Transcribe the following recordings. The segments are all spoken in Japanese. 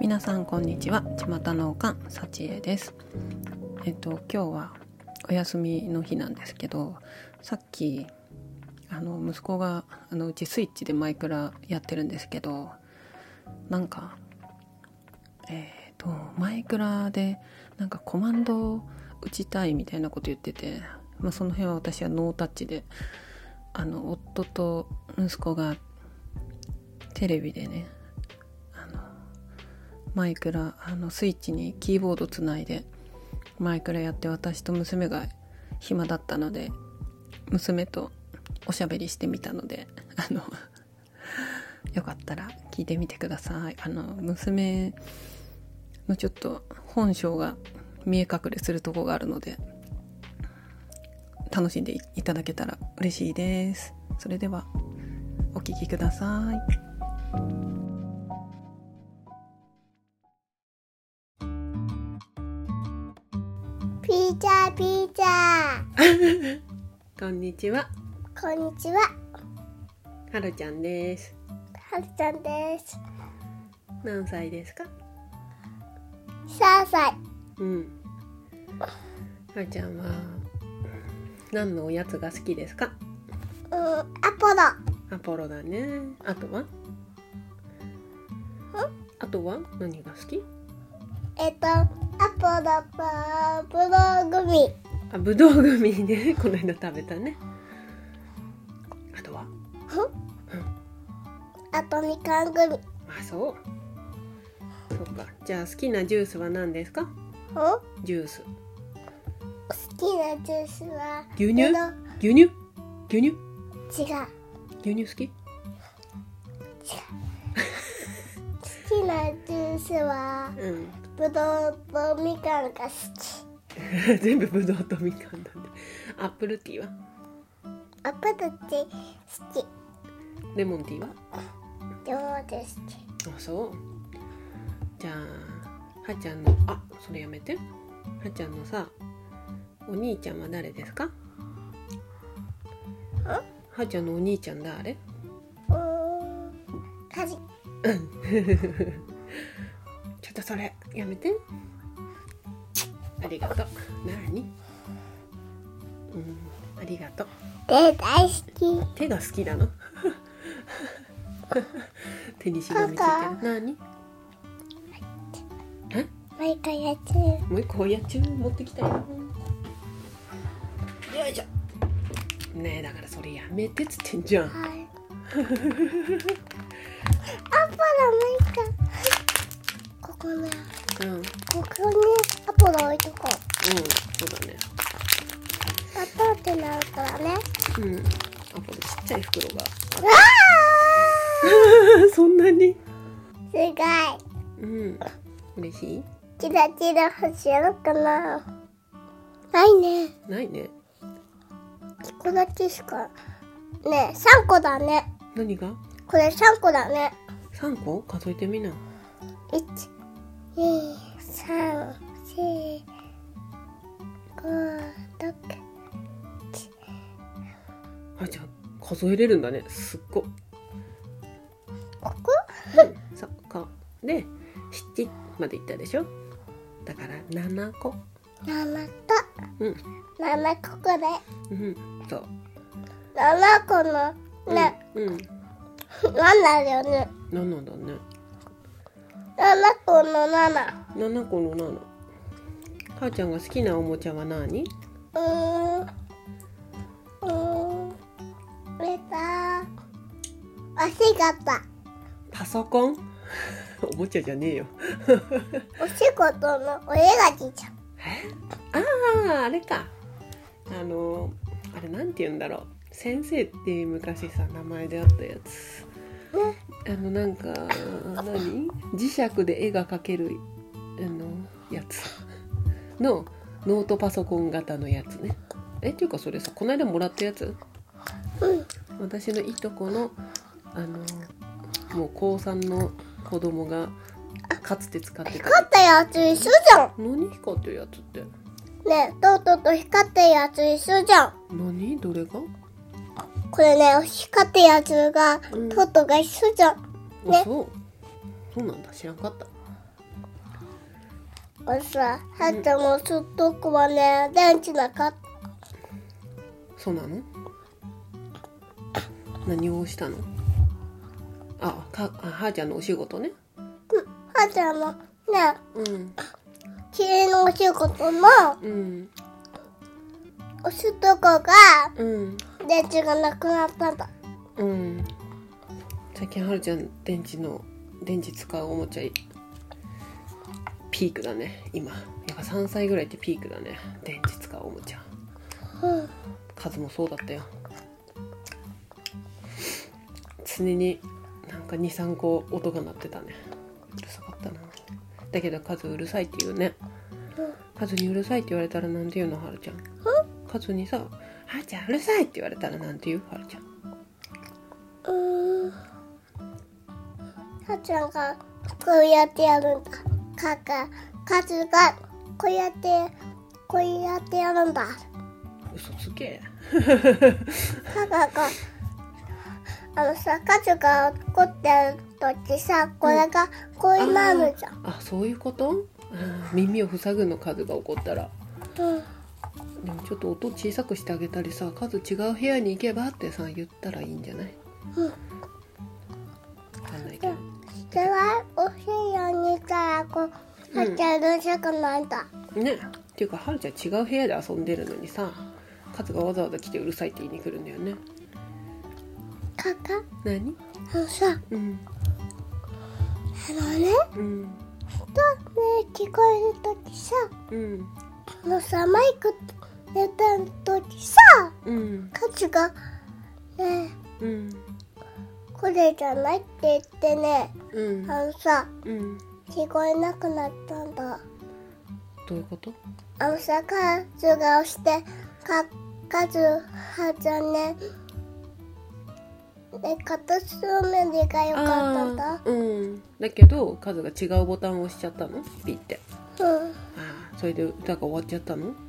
皆さんこんにちは巷のおかん幸恵ですえっと今日はお休みの日なんですけどさっきあの息子があのうちスイッチでマイクラやってるんですけどなんかえっとマイクラでなんかコマンドを打ちたいみたいなこと言ってて、まあ、その辺は私はノータッチであの夫と息子がテレビでねあのマイクラあのスイッチにキーボードつないでマイクラやって私と娘が暇だったので娘とおしゃべりしてみたのであの よかったら聞いてみてくださいあの娘のちょっと本性が見え隠れするとこがあるので楽しんでいただけたら嬉しいですそれではお聞きくださいピーチャーピーチャー。こんにちはこんにちは、はるちゃんですはるちゃんです。何歳ですか三歳、うんはるちゃんは何のおやつが好きですかうん、アポロ、アポロだねあとはあとは何が好きえっと、アポロパブログミ、あぶどうグミね この間食べたねあとはふあとみかんグミ、あそうそっかじゃあ好きなジュースは何ですかふ好ジュースきなジュースは牛乳えっ牛乳牛乳と違う。牛乳好き好きなジュースはうんブドウとみかんが好き。 全部ぶどうとみかんだねアップルティーはアポロって好き。レモンティーはどうですき。あそうじゃあはっちゃんのあそれやめてはっちゃんのさお兄ちゃんは誰ですかはっちゃんのお兄ちゃん誰うーん、はじ、ちょっとそれやめてありがとうなにうんありがとうで大好手が好きだな 手にしがみついパてるなにえき。毎回やってる。もう一個おやつ持ってきたよよいしょねえだからそれやめてっつってんじゃんはい。アポロもいた。ここね、うんうんここにアポロ置いとこう。そうだね砂糖ってなるからね。うんあこれちっちゃい袋がわ あそんなにすごうい。ん嬉しいキラキラ星あるかな。ないね。ないね一個だけしか。ねえ、三個だね。何がこれ三個だね。三個数えてみな一、二、三、四、五、六。あじゃあ数えれるんだねすっごここ？そこで七までいったでしょだから七個七個。うん七個これ。うんそう七個のね、うんうん七だよね。七だね七個の七。七個の七。母ちゃんが好きなおもちゃは何？うーん。うーん。えっと、お仕事。パソコン？ おもちゃじゃねえよ。お仕事のお絵描きじゃん。あああれか。あのあれなんて言うんだろう。先生っていう昔さ名前であったやつ。あのなんか何？磁石で絵が描けるあのやつのノートパソコン型のやつね。えっていうかそれさこの間もらったやつ？うん。私のいとこのあのもう高3の子供がかつて使ってた光ったやつ一緒じゃん。何光ってるやつってねえ、とうとうと光ったやつ一緒じゃん。何どれがこれね、光ったやつが、うんとうとうが一緒じゃん。あねそうそうなんだ知らんかったこれさ、はっちゃんのすっとこはね、電池なかっそうなの何をしたのあかあはーちゃんのお仕事ねた。うんはっちゃんのね、うん知恵のお仕事も、うんおすっとこがうん電池がなくなったんだ。うん最近はるちゃん電池の電池使うおもちゃいピークだね今やっぱ3歳ぐらいってピークだね電池使うおもちゃうん。数もそうだったよ常になんか23個音が鳴ってたねうるさかったなだけど数うるさいって言うね数にうるさいって言われたらなんて言うのはるちゃん数にさ「はるちゃんうるさい」って言われたらなんて言うはるちゃんうん。うん。はっちゃんがこうやってやるんだ。かか、かずがこうやって、こうやってやるんだ。嘘つけカカがあのさカズが怒ってる時さこれがこうなるじゃん、あーあそういうことあー耳を塞ぐの数が起こったらうん、でもちょっと音小さくしてあげたりさ数違う部屋に行けばってさ言ったらいいんじゃないうんわかんないけどそれはお部屋にいたらこううんさっきはうるさくないんだ、ねっていうかはるちゃん違う部屋で遊んでるのにさカズがわざわざ来てうるさいって言いに来るんだよねカカ何あのさあうんのねうんふとね聞こえる時さうんあのさマイクやった時さうんカズがねうんこれじゃないって言ってねうんあのさうん聞こえなくなったんだどういうことあのさ、カズが押して、か、カズはちゃんね、ね、カタツムリが良かったんだあ。ーうんだけどカズが違うボタンを押しちゃったのピッてうん、ああそれで歌が終わっちゃったのうん、は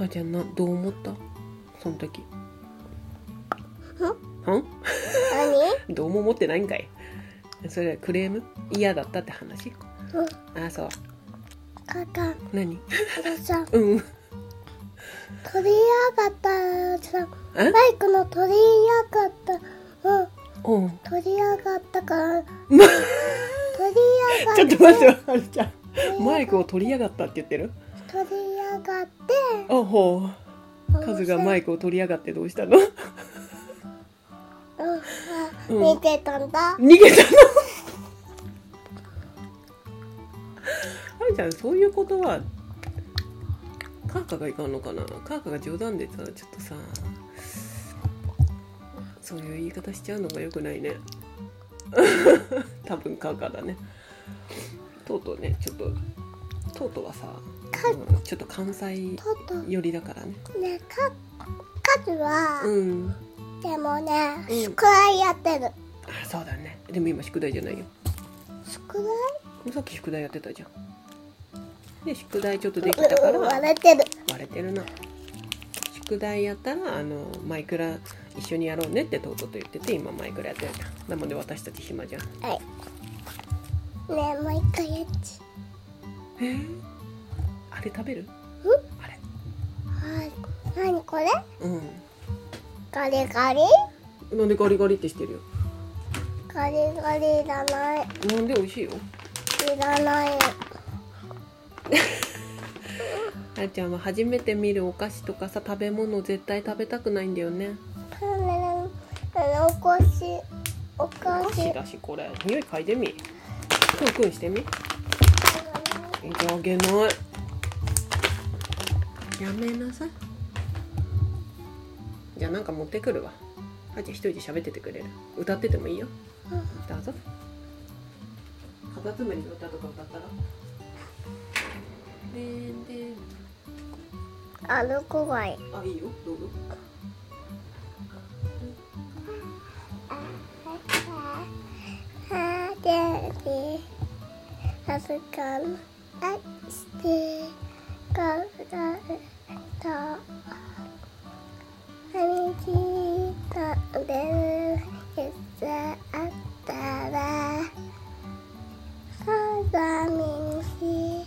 ーちゃんなどう思ったその時ん何どうも思ってないんかいそれはクレーム嫌だったって話うん、ああそうカカ、あ何のさ、うん鳥やがったさ、えバイクの鳥やがった、うん、うん鳥やがったから、鳥まやがちょっと待ってよはるちゃんうんマイクを取りやがったって言ってる鳥やがって、あほうカズがマイイクを取りやがってどうしたのうん、あうん見てたんだ。逃げたのはるちゃんそういうことはカーカがいかんのかなカーカが冗談でさちょっとさそういう言い方しちゃうのがよくないね 多分カーカだねとうとうねちょっととうとうはさあのちょっと関西とっと、寄りだからねね、か、カズは、うんでもね、うん宿題やってる。あそうだねでも今宿題じゃないよ宿題さっき宿題やってたじゃんで宿題ちょっとできたからうん割れてる。割れてるな宿題やったらあのマイクラ一緒にやろうねってとうとうと言ってて今マイクラやってるなので私たち暇じゃんはい。ねえ、もう一回やっち。えあれ食べるあれはい。なにこれうガリガリんなんでガリガリってしてるよガリガリいらない。なんで美味しいよいらない。あやちゃんは初めて見るお菓子とかさ食べ物を絶対食べたくないんだよねパンダのお菓子。おお菓菓子子。だしこれ匂い嗅いでみクンクンしてみいてあげないやめなさいじゃあなんか持ってくるわあじゃあ一人で喋っててくれる歌っててもいいよどうぞカタツムリの歌とか歌ったらでんでんあるこがいい。あいいよどうぞはでにはずかんあしてががとはみきとでるいつあったらさだみに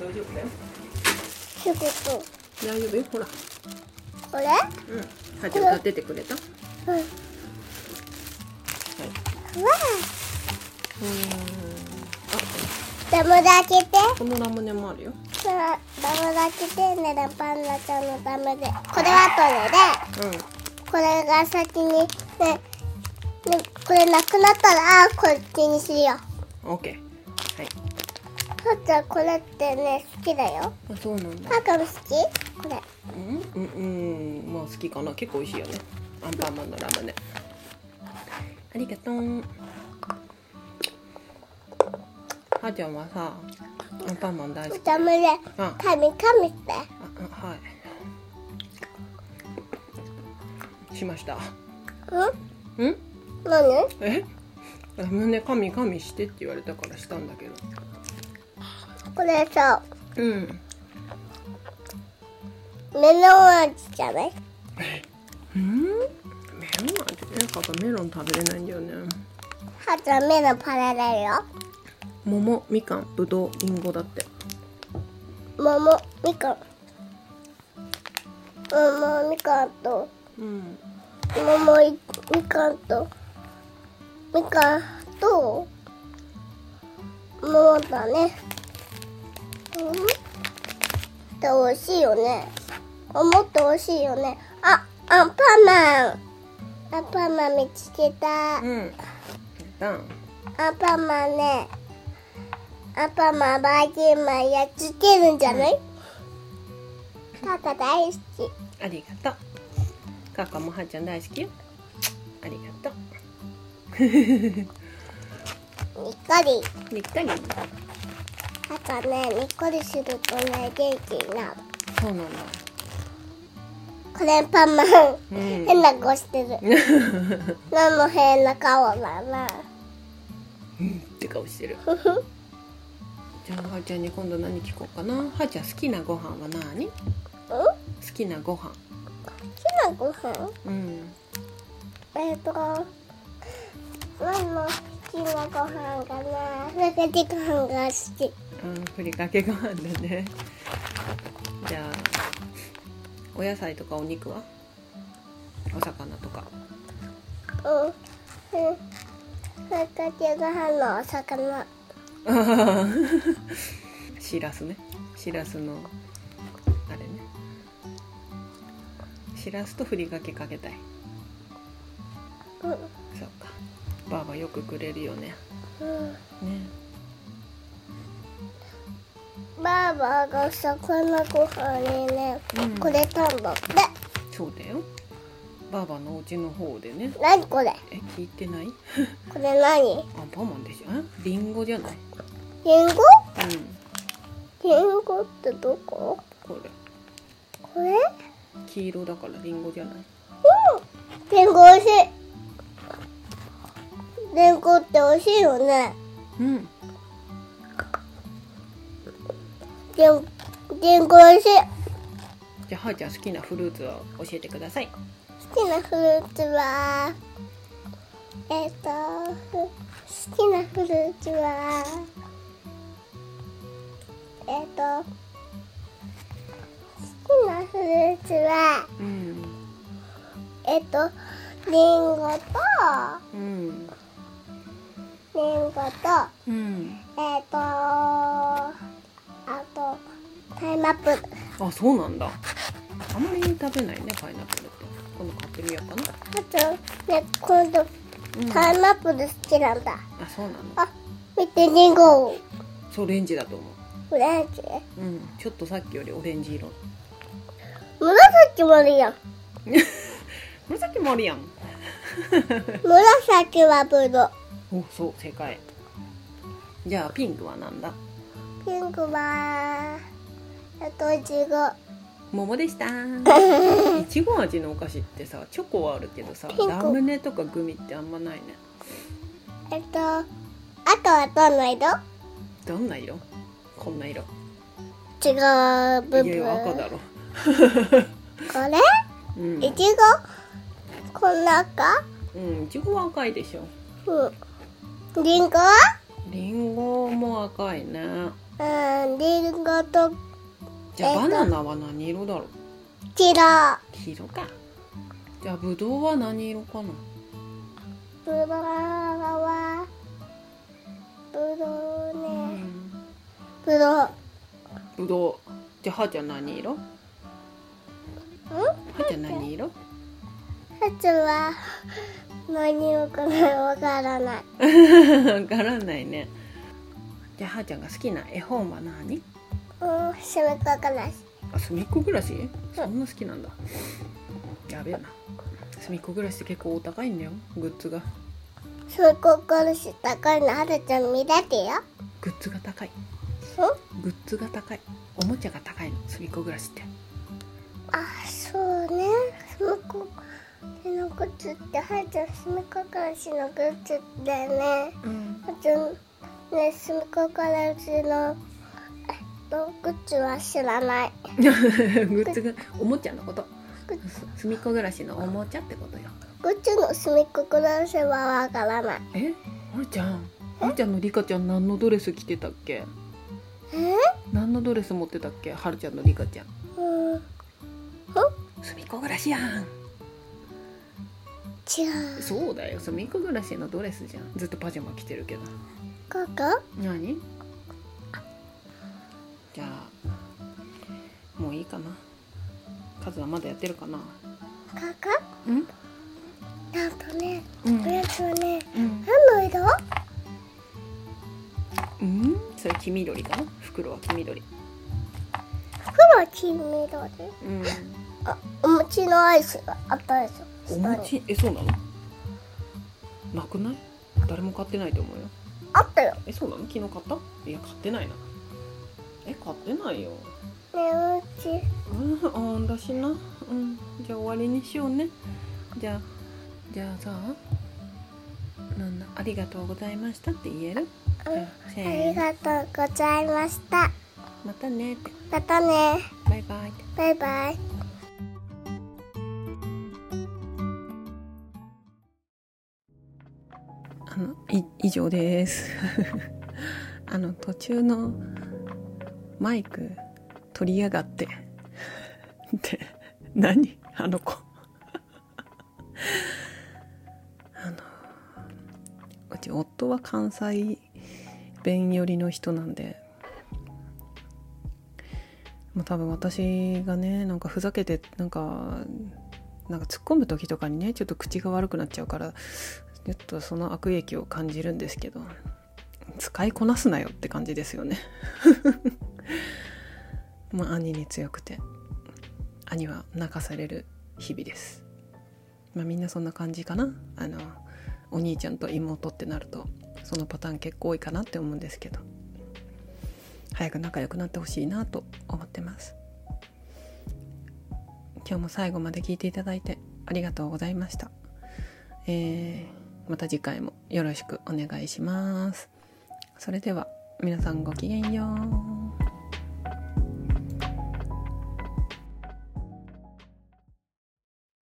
大丈ってこと夫よほらこれうん母ちゃん立ててくれたはいうんわああダムだけてこのラムネもあるよそれはダムだけてねらパンダちゃんのダムでこれはこれでうこれが先にねねこれなくなったらあこっちにするよんオッケーはいはっちゃんこれってね好きだよあそうなんだはっちゃんも好きこれうんうんうんまあ好きかな結構美味しいよねアンパンマンのラムネありがとう母ちゃんはさアンパンマン大好きダムであ噛み噛みしてああはいしましたうんうん何えラムネ噛み噛みしてって言われたからしたんだけどこれさうんメロン味じゃないうんメロン味ねパパメロン食べれないんだよねはっちゃんメロンパラだよ桃みかんぶどうりんごだって桃みかん桃みかんとうん桃いみかんとみかんと桃だねうんって美味しいよねもっと美味しいよねあアンパンマンアンパンマン見つけたアンうんだんパンマンねアンパンマンバーキンマンやっつけるんじゃないパパ大好きありがとうカカもはーちゃん大好きよありがとにっこりうにっかりなんかね、にっこりするとね、元気になる。そうなんだこれパンマン、うん変な顔して る。う何の変な顔だな。んって顔してるふふ。じゃあはーちゃんに今度何聞こうかなはーちゃん好きなご飯は何好うんきなご飯好きなご飯うんえっ、ー、と、何の好きなご飯かな。なんか時間が好き。うん、ふりかけご飯だねじゃあお野菜とかお肉はお魚とかうん。うん。なんかけご飯のお魚。あはは しらすねしらすのあれねしらすとふりかけかけたいうん。そうかばあばよくくれるよねうねん。ばあばがお魚ご飯にね、うんくれたんだって。そうだよばあばのお家の方でね何これえ聞いてないこれ何アンパンマンでしょえりんごじゃないリンゴうんリンゴってどここれこれ黄色だからりんごじゃないリンゴ美味しいリンゴって美味しいよねうんリンリンゴ美味しいじゃあはーちゃん好きなフルーツを教えてください。好きなフルーツはえっ、とふ好きなフルーツはえっ、と好きなフルーツはうん。えっ、とリンゴとうん。リンゴとうん。えっ、とあとタイムアップルあ、そうなんだ。あまり食べないね、パイナップルって。今度買ってみようかな。あとね今度うんタイムアップル好きなんだ、あ、そうなの。あ見てリンゴそう、オレンジだと思オレンジう。うん。ちょっとさっきよりオレンジ色。紫もあるやん紫もあるやん。紫はブドウお、そう、正解。じゃあ、ピンクはなんだピンクはえっといちご桃で した。いちご味のお菓子ってさ、チョコはあるけどさピン、クラムネとかグミってあんまないね。えっと赤はどの色どんな色こんな色。違う部分いやいや、赤だろ。こうれんいちごこんな赤うん、いちごは赤いでしょ。うんリンゴはりんごも赤いね。うん、リンゴとじゃあえっバとナナは何色だろう黄色黄色かじゃあぶどうは何色かなブドウはブドウねブドウぶどうじゃあ歯ちゃん何色ん歯ちゃん何色ハチは何をかわからないわからないねじゃあはーちゃんが好きな絵本は何うん締めかかないあ隅っこ暮らしそんな好きなんだやべえな隅っこ暮らしって結構お高いんだよグッズがそういう心したからなるちゃん見れてよグッズが高いうんグッズが高いおもちゃが高いの隅っこ暮らしってあそうねそこのグッズってハチは締めかかしのグッズだよねうんあとね、すみこからうちの、えっと、グッズは知らない。 グッズがおもちゃのことグッす隅っこ暮らしのおもちゃってことよグッズのすみこからせはわからない。えはるちゃんはるちゃんのりかちゃん何のドレス着てたっけえ何のドレス持ってたっけはるちゃんのりかちゃんうん。隅っこ暮らしやん違う。そうだよ隅っこ暮らしのドレスじゃんずっとパジャマ着てるけどここ何じゃあもういいかなカズはまだやってるかなここうんなんとね、うおやつはね、うん、何の色うん、それ黄緑かな袋は黄緑黒は黄緑で。うんあ、お餅のアイスがあったでしょ。お餅えそうなのなくない誰も買ってないと思うよあったよ。ねえそうなの昨日買ったいや買ってないなえ買ってないようち。うん、うんだしな。うん、じゃあ終わりにしようね。じゃあ、じゃあさ、なんだ、ありがとうございましたって言えるうんせありーの、がとうございました。またねって、またね。バイバイって。バイバイ。あの、い以上です。 あの、途中のマイク取りやがって。って、何あの子。あの、うち夫は関西弁寄りの人なんで、もう多分私がね、なんかふざけて、なんか、なんか突っ込む時とかにね、ちょっと口が悪くなっちゃうから、ちょっとその悪影響を感じるんですけど使いこなすなよって感じですよね まあ兄に強くて兄は泣かされる日々ですまあみんなそんな感じかなあのお兄ちゃんと妹ってなるとそのパターン結構多いかなって思うんですけど早く仲良くなってほしいなと思ってます今日も最後まで聞いていただいてありがとうございましたえーまた次回もよろしくお願いします。それでは皆さんごきげんよう。